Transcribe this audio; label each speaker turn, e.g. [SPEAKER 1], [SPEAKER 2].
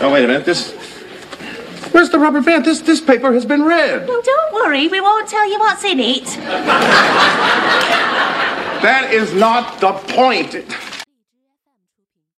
[SPEAKER 1] Oh, wait a minute. This. Where's the rubber band? This this paper has been read.
[SPEAKER 2] Well, don't worry, we won't tell you what's in it.
[SPEAKER 1] That is not the point.